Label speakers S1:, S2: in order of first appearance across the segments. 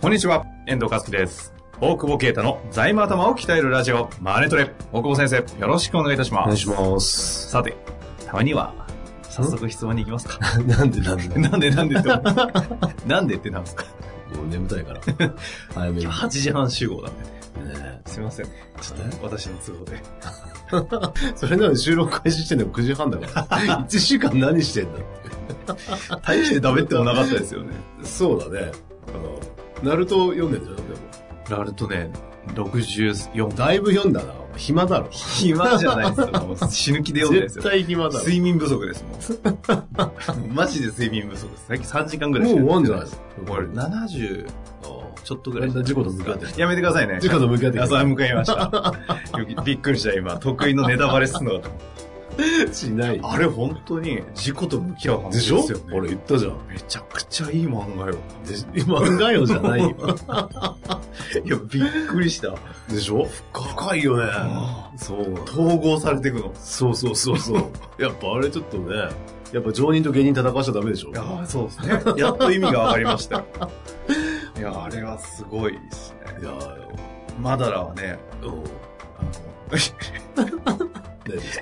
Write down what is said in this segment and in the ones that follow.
S1: こんにちは、遠藤和樹です。大久保啓太の財務頭を鍛えるラジオ、マネトレ。大久保先生、よろしくお願いいたし
S2: お願
S1: ま
S2: い
S1: す。
S2: します。
S1: さて、たまには、早速質問に行きますか。
S2: なんでなんでも
S1: なんでなんでって思 うなんでってなんですか
S2: う眠たいから。 早めに。
S1: 今
S2: ね
S1: 8時半集合なんでね。
S2: え
S1: すいません。
S2: ちょっとね
S1: 私の都合で。
S2: それなのに収録開始してんの9時半だから。1週 間何してんだ
S1: 大してダメってもなかったですよね。
S2: そうだね。あの、ナルト読んでんじゃん、でも。
S1: なるとね、64。
S2: だいぶ読んだな。暇だろ。
S1: 暇じゃないです よ。もう死ぬ気で読んでるんです
S2: 絶
S1: よ。
S2: 対暇だろ。
S1: 睡眠不足ですもん。 マジで睡眠不足です。最近3時間ぐらい
S2: もう
S1: しか
S2: 終わ
S1: やっ
S2: ん
S1: て
S2: じ
S1: な
S2: ゃないい
S1: で
S2: ですすか。
S1: これ70ちょっとぐらい
S2: だんだん事故と向き合ってき
S1: やめてくださいね
S2: 時間と向き合って
S1: あそう向かいましたよきびっくりした今得意のネタバレすんのが
S2: きたしない。
S1: あれ本当に事故と向き合う話
S2: で
S1: です
S2: しょ
S1: よね
S2: 俺言ったじゃん。
S1: めちゃくちゃいい漫画よ
S2: で今、漫画よじゃないよ。
S1: いやびっくりした
S2: でしょ深いよね。
S1: そう統合されていくの
S2: そうそうそうそう。 やっぱあれちょっとね、やっぱ常人と芸人戦わしちゃダメでしょ
S1: いやーそうですねやっと意味が分かりましたよ いやあれはすごいですね
S2: いやー
S1: マダラはね
S2: うん
S1: あ の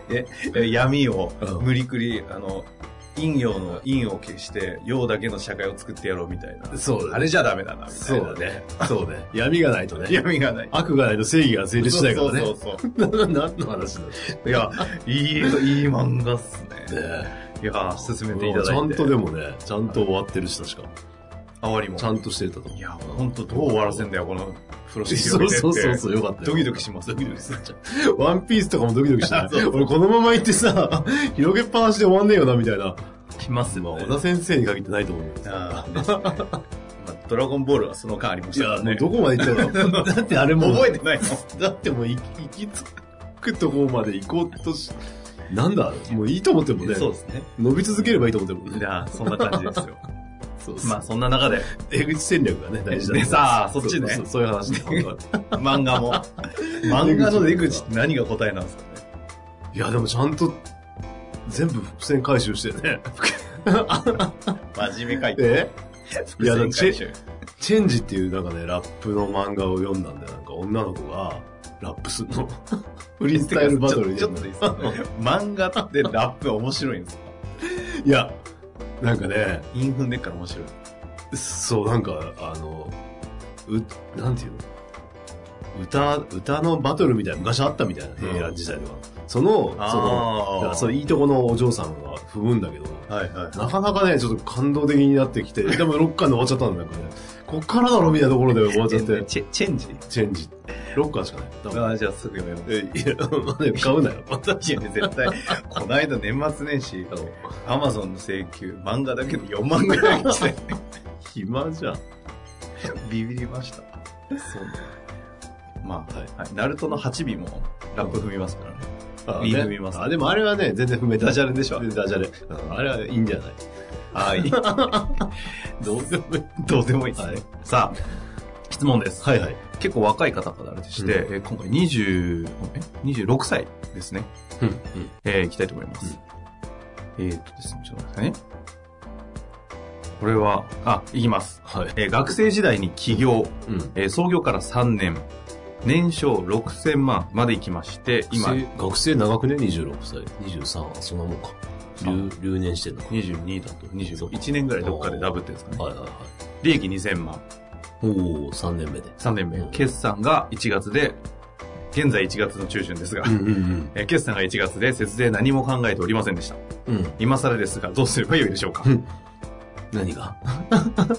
S2: ね
S1: え闇を
S2: うん
S1: 無理くり、あの陰陽の陰を消して陽だけの社会を作ってやろうみたいな
S2: そう
S1: あれじゃダメだなみた
S2: そ
S1: いうな
S2: だね。そうね。闇がないとね。
S1: 闇がない
S2: 悪がないと正義が成立しないから
S1: そ
S2: ね
S1: う。そうそう
S2: 何の話だね
S1: いやいいいい漫画っすね
S2: え
S1: いや進めていただいて
S2: ちゃんとでもね、ちゃんと終わってるし、確か。
S1: あわりも
S2: ちゃんとしてたと思。
S1: いうや本当どう終わらせんだよこの風呂敷
S2: そ
S1: 広げて
S2: う
S1: って
S2: そうそうそう、よかったよ。
S1: ドキドキしますドキドキするじゃん
S2: ワンピースとかもドキドキしない
S1: そうそ。
S2: 俺このまま行ってさ、広げっぱなしで終わんねえよな、みたいな。
S1: きます
S2: まあ、
S1: よね
S2: 小田先生に限ってないと思うよ。
S1: あ ーですねまあドラゴンボールはその間ありまし
S2: い
S1: たか
S2: や、
S1: ら
S2: も
S1: ね
S2: うどこまで行った のだってあれもう
S1: 覚えてないの
S2: だってもう行き行き着くとこまで行こうとし、なんだ、もういいと思ってもね、
S1: そうですね
S2: 伸び続ければいいと思っても
S1: い
S2: ね、
S1: やそんな感じですよ
S2: そう
S1: まあそんな中で
S2: 出口戦略がね、大事だ
S1: でさあ
S2: う
S1: そっちね
S2: そうそういう話ね。本当は
S1: 漫画 も。漫画の出口って何が答えなんですかね。
S2: いや、でもちゃんと、全部伏線回収してね。
S1: 真面目回答。
S2: え
S1: 伏線回収
S2: チェンジっていうなんかね、ラップの漫画を読んだんで、なんか女の子が、ラップする の。フリースタイルバトルみ
S1: ち
S2: た
S1: ょ
S2: い
S1: っ
S2: な
S1: といいですか漫画ってラップ面白いんですか
S2: いや、なんかね、
S1: インフンでっから面白い。
S2: そう、なんか、あの、う、なんていうの歌、歌のバトルみたいな、昔あったみたいな、
S1: ん
S2: 平安時代とか。その、その、だからそ
S1: そううい
S2: いいとこのお嬢さんが踏むんだけど、
S1: はいはい。
S2: なかなかね、ちょっと感動的になってき て、でもロッカーで終わっちゃったんだけどね、こっからだろみたいなところで終わっちゃっ て、
S1: チェチェンジ
S2: チェンジ。ロッカーしかない。だから
S1: ああ、じゃあすぐ読めます。
S2: えいや、 まだ買うなよ。
S1: 私ね、絶対、この間年末年始、アマゾンの請求、漫画だけで4万ぐらい来て、
S2: 暇じゃん。
S1: ビビりました。そうま
S2: はい。
S1: あ、はい。ナルトの8尾もラップ踏みますからね。
S2: あ、
S1: いいの見ます
S2: あ、でもあれはね、全然不明
S1: ダジャレでしょ
S2: 全然ダジャレ。うんあれはいいんじゃな
S1: は
S2: い
S1: い。
S2: どうでもいい。
S1: どうでもいいですね。
S2: はい
S1: さあ、質問です。
S2: はいはい。
S1: 結構若い方からでして、
S2: う
S1: えー今回20え26歳ですね。
S2: うん。うん。
S1: えー、いきたいと思います。えーっとですね、ちょっと待ってくださいね。これは、あ、いきます。
S2: はい。
S1: えー学生時代に起業、
S2: うん。
S1: えー創業から3年、年商6000万まで行きまして、今
S2: 今、、学生長くね ?26 歳。23はそんなもんか。留留年してんのか。
S1: 22だと25、1年ぐらいどっかでダブってるんですかね。
S2: はいはいはい。
S1: 利益2000万。
S2: おお3年目で。
S1: 3年目、
S2: うん
S1: 決算が1月で、現在1月の中旬ですが、
S2: うんうん
S1: えー決算が1月で節税何も考えておりませんでした。
S2: うん。うん。
S1: 今更ですが、どうすればよいでしょうか
S2: う。ん何が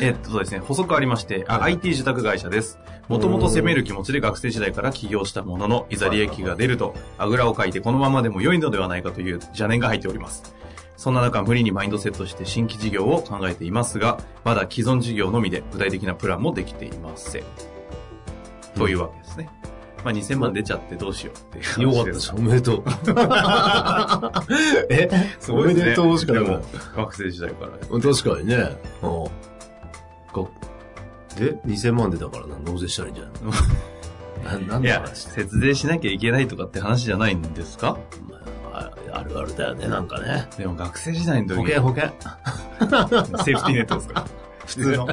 S1: えっとですね、補足ありまして、あ IT 受託会社です。もともと攻める気持ちで学生時代から起業したものの、いざ利益が出ると、あぐらをかいてこのままでも良いのではないかという邪念が入っております。そんな中、無理にマインドセットして新規事業を考えていますが、まだ既存事業のみで具体的なプランもできていません。というわけですね。まあ、2000万出ちゃってどうしようっていう話
S2: よかった
S1: で
S2: ですす。おめで とう。え
S1: すごいですね
S2: おめでとうしか
S1: で
S2: ない
S1: も、学生時代から。
S2: 確かにね。うん。こで、2000万出たからな、納税したらいいんじゃ ないななん
S1: い
S2: の
S1: や、
S2: 話して
S1: 節税しなきゃいけないとかって話じゃないんですか
S2: まあああるあるだよね、なんかね。
S1: でも学生時代の
S2: 保
S1: 時
S2: 険保険。
S1: セーフティーネットですか 普通の。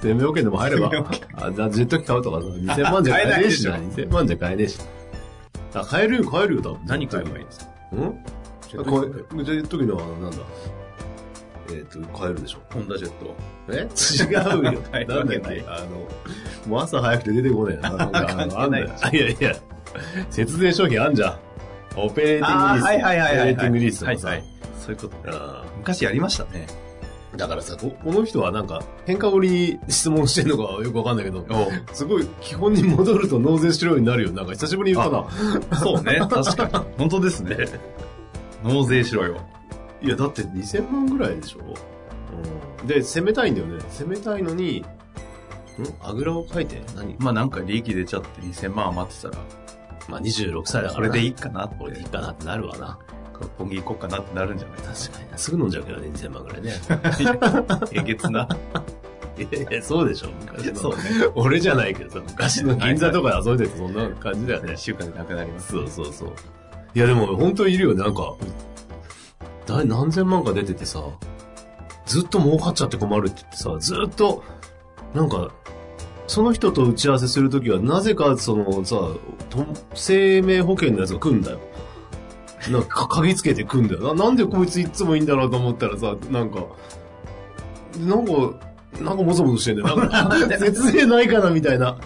S2: 生命保険でも入れば
S1: 生命保。
S2: あ、じゃあジェット機買うとかさ、2000万じゃ買えねえしな、
S1: 買え
S2: 2000万じゃ買えねえし。あ、買えるよ、買えるよ、多分。
S1: 何買えばいいんですか
S2: うん
S1: ジ
S2: あこれ、ジェット機の、あのなんだ。えっ、と、買えるでしょ。
S1: ホンダジェット。
S2: え 違うよ。
S1: 買える
S2: な
S1: わ
S2: んだ
S1: け
S2: っ
S1: ない
S2: けあの、もう朝早くて出てこねえ な。なんかあ
S1: 関
S2: の
S1: 係
S2: あん
S1: な
S2: だ
S1: い
S2: よ。いやいや、節税商品あんじゃん。オペレーティングリース。オペレーティングリースと
S1: はい
S2: かさ。
S1: はい。そういうこと。
S2: うん
S1: 昔やりましたね。
S2: だからさこ、この人はなんか、変化折りに質問してんのかよくわかんないけど、すごい、基本に戻ると納税しろようになるよ。なんか久しぶりに言ったな。
S1: そうね。確か に。本当ですね。納税しろよ。
S2: いや、だって2000万ぐらいでしょ、で、攻めたいんだよね。攻めたいのに、んあぐらをかいて何
S1: まあなんか利益出ちゃって2000万余ってたら、
S2: まあ、26歳だからな。
S1: それでいいかなって。
S2: これでいいかなってなるわな。
S1: 六本木行こうかなってなるんじゃない
S2: 確かにな。すぐ飲んじゃうけどね、2000万ぐ らい ね。
S1: えげつな。
S2: いやいや、そうでしょ昔の。
S1: そうね。
S2: 俺じゃないけどさ、昔の銀座とかで遊んでてそんな感じだよね
S1: 1。週間でなくなります。
S2: そうそうそう。いやでも本当にいるよね、なんか。だ何千万か出ててさ、ずっと儲かっちゃって困るって言ってさ、ずっと、なんか、その人と打ち合わせするときは、なぜかそのさ、と生命保険のやつが来んだよ。なんか、か鍵つけて来んだよな。なんでこいついっつもいいんだろうと思ったらさ、なんか、なんか、なんかもぞもぞしてんだよ。なんか、節税ないかなみたいな。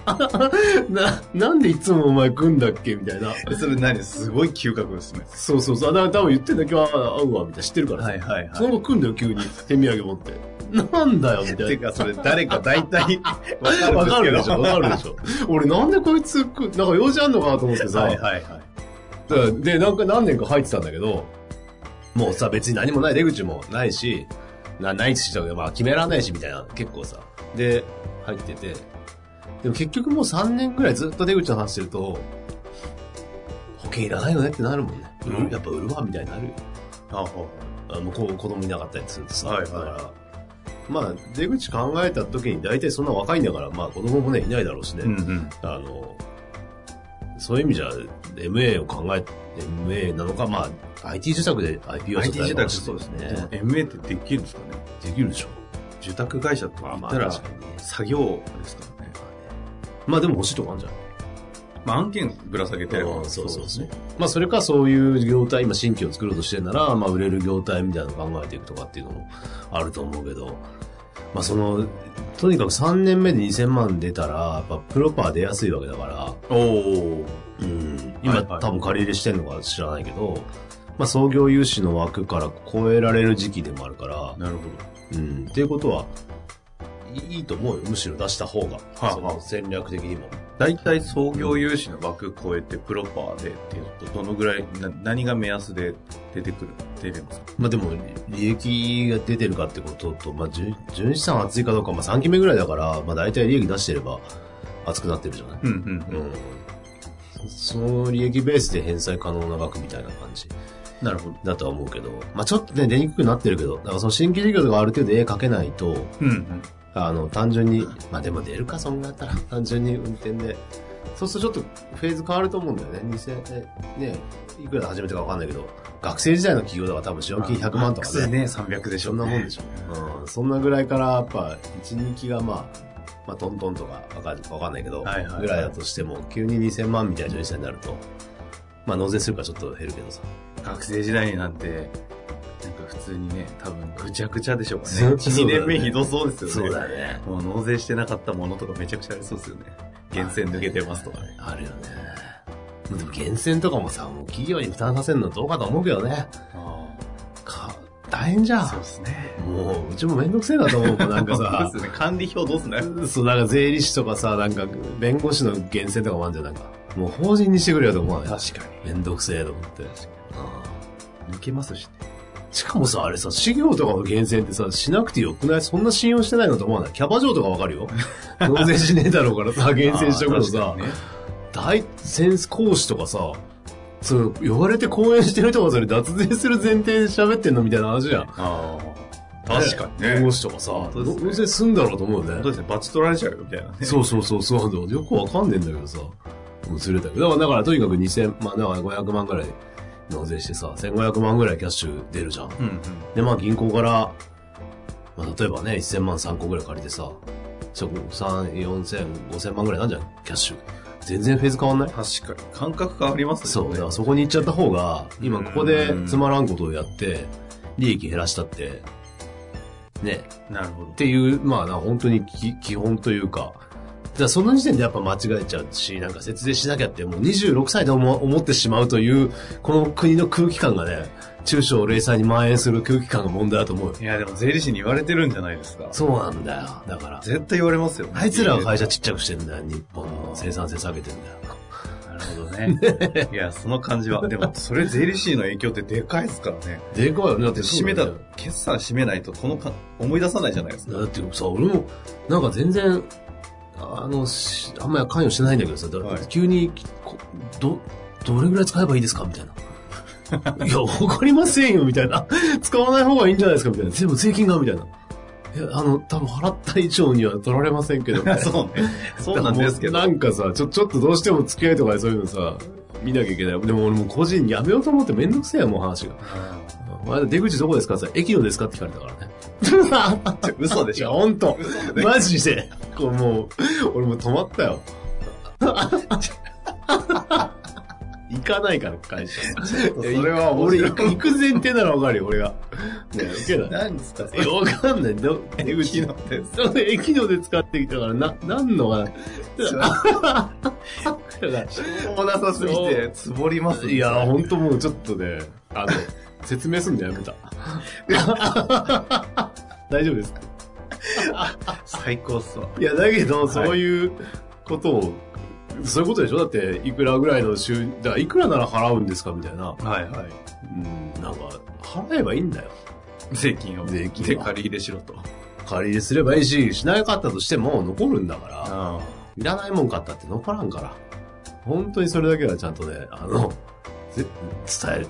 S2: な、なんでいつもお前来んだっけみたいな。
S1: それ何すごい嗅覚ですね。
S2: そうそうそう。あだから多分言ってんだけは合うわ、みたいな。知ってるからさ。
S1: はいはい
S2: そ
S1: は
S2: の子来んだよ、急に。手土産持って。なんだよ、み
S1: い。
S2: た
S1: て
S2: いな。
S1: か、それ誰か大体
S2: わ
S1: わ
S2: か
S1: かる
S2: る
S1: んで
S2: ですし
S1: け
S2: ょ
S1: ど。
S2: わかるでしょ俺なんでこいつ来ん、なんか用事あんのかなと思ってさ。
S1: はいはいはい。
S2: で、なんか何年か入ってたんだけど、もうさ、別に何もない出口もないし、な、ないしとか、まあ決めらんないし、みたいな、結構さ。で、入ってて。でも結局もう3年くらいずっと出口の話してると、保険いらないよねってなるもんね。
S1: うん
S2: やっぱ売るわ、みたいになるよ。
S1: あほ
S2: あ向こう子供いなかったりするとさ、
S1: はいはい
S2: だから、まあ、出口考えた時に大体そんな若いんだから、まあ子供もね、いないだろうしね、
S1: う。うんうん。
S2: あの、そういう意味じゃ、MA を考え、MA なのか、まあ、IT 住宅で IP を
S1: IT
S2: たり
S1: 自
S2: と
S1: 宅
S2: かして
S1: そうですね。MA ってできるんですかね
S2: できるでしょ。
S1: 住宅会社とか言ったら、
S2: にね
S1: 作業ですからね。
S2: まあでも欲しいとこあるんじゃん。
S1: まあ、案件ぶら下げてれば
S2: うんそうそうそう
S1: ですね。
S2: まあそれかそういう業態、今新規を作ろうとしてるなら、まあ売れる業態みたいなのを考えていくとかっていうのもあると思うけど、まあその、とにかく3年目で2000万出たら、やっぱプロパー出やすいわけだから、
S1: おお。
S2: うん、今、
S1: はいはい
S2: 多分借り入れしてるのか知らないけど、まあ創業融資の枠から超えられる時期でもあるから、
S1: なるほ
S2: うん、っていうことは、いいいと思うよ。むしろ出した方が。
S1: はい
S2: その戦略的にも。
S1: ど。大体創業融資の枠超えてプロパーでっていうと、どのぐらい、な何が目安で出てくる、出てますか
S2: まあでも、利益が出てるかってことと、まあ、純純資産厚いかどうか、まあ3期目ぐらいだから、まあ大体利益出してれば厚くなってるじゃない。
S1: うんうん
S2: うん。その利益ベースで返済可能な額みたいな感じ
S1: なるほど。
S2: だとは思うけど、まあちょっとね、出にくくなってるけど、だからその新規事業とかある程度絵描けないと、
S1: うんうん。
S2: あの、単純に、まあでも出るか、そんなやったら、 単純に運転で。そうするとちょっとフェーズ変わると思うんだよね。2000、ね、いくらで始めたかわかんないけど、学生時代の企業だから多分資本金100万とか
S1: マックス
S2: ね。
S1: ね、300でしょ
S2: そ
S1: うんね。
S2: なもんでしょ。うん。そんなぐらいから、やっぱ、1、2期がまあ、まあ、トントンとかわかんわかんないけど、
S1: はいはいはい
S2: ぐらいだとしても、急に2000万みたいな状態になると、まあ、納税するからちょっと減るけどさ。
S1: 学生時代なんて、なんか普通にね、多分ぐちゃぐちゃでしょうか
S2: そう
S1: ね。
S2: そうだ
S1: 1、
S2: ね
S1: 2年目ひどそうですよね。
S2: だね。
S1: もう納税してなかったものとかめちゃくちゃありそうですよね。源泉抜けてますとかね。
S2: あるよね。でも、源泉とかもさ、もう企業に負担させるのどうかと思うけどね。
S1: あ
S2: か、大変じゃ
S1: あ。そうで
S2: ん。
S1: すね。
S2: もう、うちもめんどくせえなと思うもん、なん かさ
S1: そ。うですね。管理表どうすんのよ
S2: そう、なんか税理士とかさ、なんか、弁護士の厳選とかもあるんじゃん、なんか。もう法人にしてくれよと思わない
S1: 確かに。
S2: めんどくせえと思って。うん
S1: 抜けますしね。
S2: しかもさ、あれさ、資料とかの厳選ってさ、しなくてよくないそんな信用してないのと思わないキャバ嬢とかわか るよ。納税しねえだろうからさ、厳選したことさ、
S1: あー確かにね
S2: 大、センス講師とかさ、その、呼ばれて講演してる人がそれ脱税する前提で喋ってんのみたいな話じゃん。
S1: ああ。確かにね。
S2: 弁護士とかさ、
S1: 本当
S2: ど
S1: ですね
S2: うせすんだろうと思う
S1: 本
S2: ね
S1: 当。ですね。バチ取られちゃうよ、みたいなね。
S2: そうそうそうそう。よくわかんねえんだけどさ。もうずれたけど。だから、だからとにかく2000、まあ、だから500万ぐらい納税してさ、1500万ぐらいキャッシュ出るじゃん。
S1: うんうん。
S2: で、まあ銀行から、まあ例えばね、1000万3個ぐらい借りてさ、そこ3、4000、5000万ぐらいなんじゃんキャッシュ。全然フェーズ変わんない
S1: 確かに。感覚変わります
S2: そ
S1: よ
S2: う、
S1: ね。
S2: だからそこに行っちゃった方が、今ここで
S1: うん
S2: つまらんことをやって、利益減らしたって、ね、
S1: なるほど
S2: っ。ていう、まあな、本当にき基本というか、じゃあその時点でやっぱ間違えちゃうし、なんか節税しなきゃって、もう26歳で思思ってしまうという、この国の空気感がね、中小零細に蔓延する空気感が問題だと思うよ。
S1: いや、でも税理士に言われてるんじゃないですか。
S2: そうなんだよ。だから。
S1: 絶対言われますよ。
S2: あいつらは会社ちっちゃくしてんだよ。日本の生産性下げてんだよ。
S1: なるほど ね。いや、その感じは。でも、それ税理士の影響ってでかいですからね。
S2: でかいよね。だって
S1: 締めた
S2: だ、
S1: 決算締めないと、このか、思い出さないじゃないですか。
S2: だってさ、俺も、なんか全然、あの、しあんまり関与してないんだけどさ、だ
S1: はい
S2: 急に、こど、どれぐらい使えばいいですかみたいな。 いや、わかりませんよ、みたいな。使わない方がいいんじゃないですかみたいな。全部税金が、みたいな。いや、あの、多分払った以上には取られませんけど、
S1: そうね。そうなんですけど。
S2: もうなんかさ、ちょ、ちょっとどうしても付き合いとかでそういうのさ、見なきゃいけない。でも俺もう個人やめようと思ってめんどくせえや、もう話が。お前出口どこですかってさ、駅のですかって聞かれ たからね。
S1: 嘘で
S2: い
S1: し
S2: や、
S1: ょ。
S2: ほんと。
S1: 嘘で
S2: マジで。こうもう、俺もう止まったよ。行かないから、会社。
S1: そ
S2: いや
S1: れは面
S2: 俺
S1: 白い
S2: 行く、行く前提ならわかるよ、俺が。いや、受けない。
S1: 何ですか、そ
S2: いや、わかんない。ど出口の。
S1: れ。
S2: その駅ので使ってきたから、な、なんのが、だから
S1: もなさすぎて、つぼりますね。
S2: いや、ほんともうちょっとね、あの、説明すんのやめた。大丈夫ですか
S1: 最高っすわ。
S2: いや、だけど、
S1: い
S2: そういうことを、そういうことでしょだって、いくらぐらいの収入、だからいくらなら払うんですかみたいな。
S1: はいはい。
S2: うん、なんか、払えばいいんだよ。
S1: 税金を。
S2: 税金を
S1: で借り入れしろと。
S2: 借り入れすればいいし、しなかったとしても残るんだから、
S1: あ
S2: いらないもん買ったって残らんから。本当にそれだけはちゃんとね、あの、ぜ伝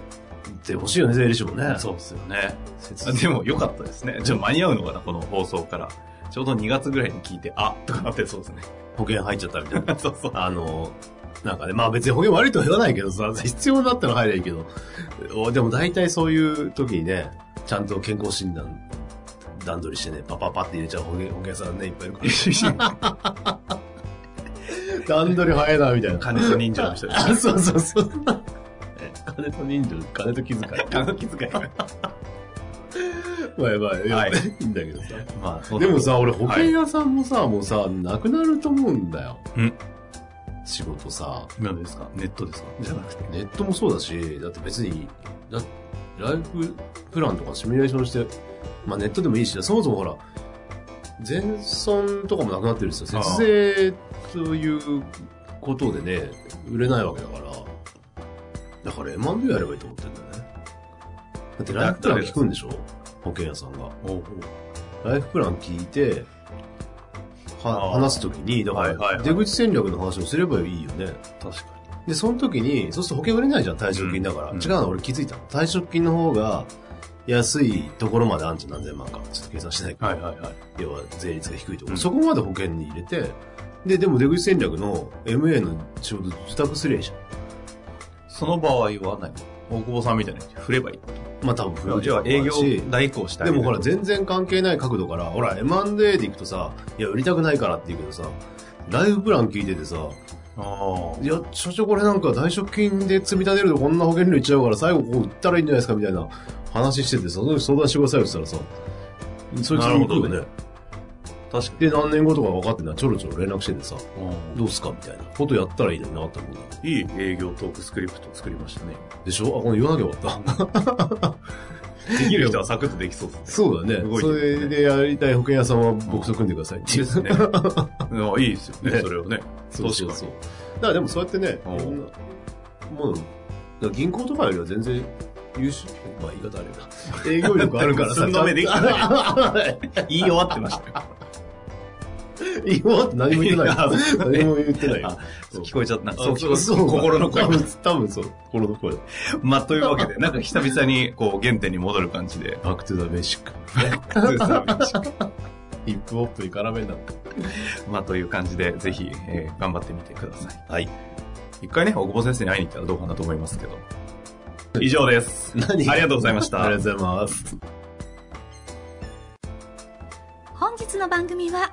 S2: えてほしいよね、税理士もね。
S1: そうっすよね。
S2: 節
S1: あでも良かったですね。じゃあ間に合うのかな、この放送から。ちょうど2月ぐらいに聞いて、あとかなってそうですね。
S2: 保険入っちゃったみたいな。
S1: そうそう。
S2: あの、なんかね、まあ別に保険悪いとは言わないけどさ、 必要だったら入ればいいけど、おでも大体そういう時にね、ちゃんと健康診断、段取りしてね、パパパって入れちゃう保険、保険屋さんね、いっぱいいるから。 段取り早いな、みたいな。
S1: 金と忍者の人 です。
S2: あ、そうそうそう。え金と人情、金と気遣い。
S1: あの気遣いが。
S2: まあまあ、いや
S1: はい
S2: い、いんだけどさ。
S1: まあ、そう
S2: で
S1: だ
S2: も、さ、俺保険屋さんもさ、もうさ、なくなると思うんだよ。
S1: うん
S2: 仕事さ。
S1: 何ですかネットですかじゃなくて。
S2: ネットもそうだし、だって別に、だライフプランとかシミュレーションして、まあネットでもいいし、そもそもほら、全損とかもなくなってるんですよ。
S1: ああ
S2: 節税ということでね、売れないわけだから。だから M&A やればいいと思ってんだよね。だってライフプラン聞くんでしょ保険屋さんが。
S1: おう
S2: ライフプラン聞いて、は
S1: ああ
S2: 話すときに、だか
S1: はいはいは
S2: ら
S1: い
S2: 出口戦略の話をすればいいよね。
S1: 確か
S2: で、その時に、そうすると保険売れないじゃん、退職金だから。
S1: うんうん
S2: 違うの、俺気づいたの。退職金の方が、安いところまであんじゃん何千万か。ちょっと計算しないけ
S1: に。
S2: ど。
S1: はいはいはい。
S2: 要は税率が低いところ、
S1: うん
S2: そこまで保険に入れて、で、でも出口戦略の MA の仕事受託すりゃいいじ
S1: その場合は何大久保さんみたいな人振ればいい。
S2: ゃん。まあ多分不要
S1: じゃあ営業
S2: し
S1: 代行したい。
S2: でもほら、全然関係ない角度から、ほら、M&A で行くとさ、いや、売りたくないからって言うけどさ、ライフプラン聞いててさ、
S1: ああ
S2: いや、所長これなんか退職金で積み立てるとこんな保険料いっちゃうから最後ここ売ったらいいんじゃないですかみたいな話しててさ、その人相談してくださいよって言ったらさ、そいつに行くよ
S1: な
S2: ね
S1: る。確か
S2: で、何年後とか分かってんな、ちょろちょろ連絡しててさ、
S1: に。うん
S2: どうすかみたいなことやったらいいのになって思うんだよ
S1: いい営業トークスクリプト作りましたね。
S2: でしょあ、これ言わなきゃよかった。
S1: できる人はサクッとできそうですね。
S2: そうだ
S1: 動
S2: ね。
S1: いて
S2: そ
S1: るね
S2: れでやりたい保険屋さんは僕と組んでくだ さいって
S1: いい
S2: いう。
S1: です ね。うんいいですよね、
S2: ね
S1: それをね。
S2: そうそうそう。だからでもそうやってね、い
S1: うん
S2: ろんなもう、だから銀行とかよりは全然優秀、まあ言い方あれだ。営業力ある からさ。
S1: 寸止めできて
S2: ない。
S1: 言い終わってましたよ。
S2: 今って何も言ってない。
S1: あそう
S2: 何も言ってないよ。
S1: あ聞こえちゃった。なんか
S2: あ
S1: そう聞こえ心の声
S2: 多。分、多分そう。心の声。
S1: まあ、というわけで、なんか久々に、こう、原点に戻る感じ で。
S2: バックトゥザベーシック。ヒップホップに絡めになった。
S1: まあ、という感じで、ぜひ、えー頑張ってみてください。はい。一回ね、大久保先生に会いに行ったらどうかなと思いますけど。以上です。
S2: 何
S1: ありがとうございました
S2: ありがとうございます。
S3: 本日の番組は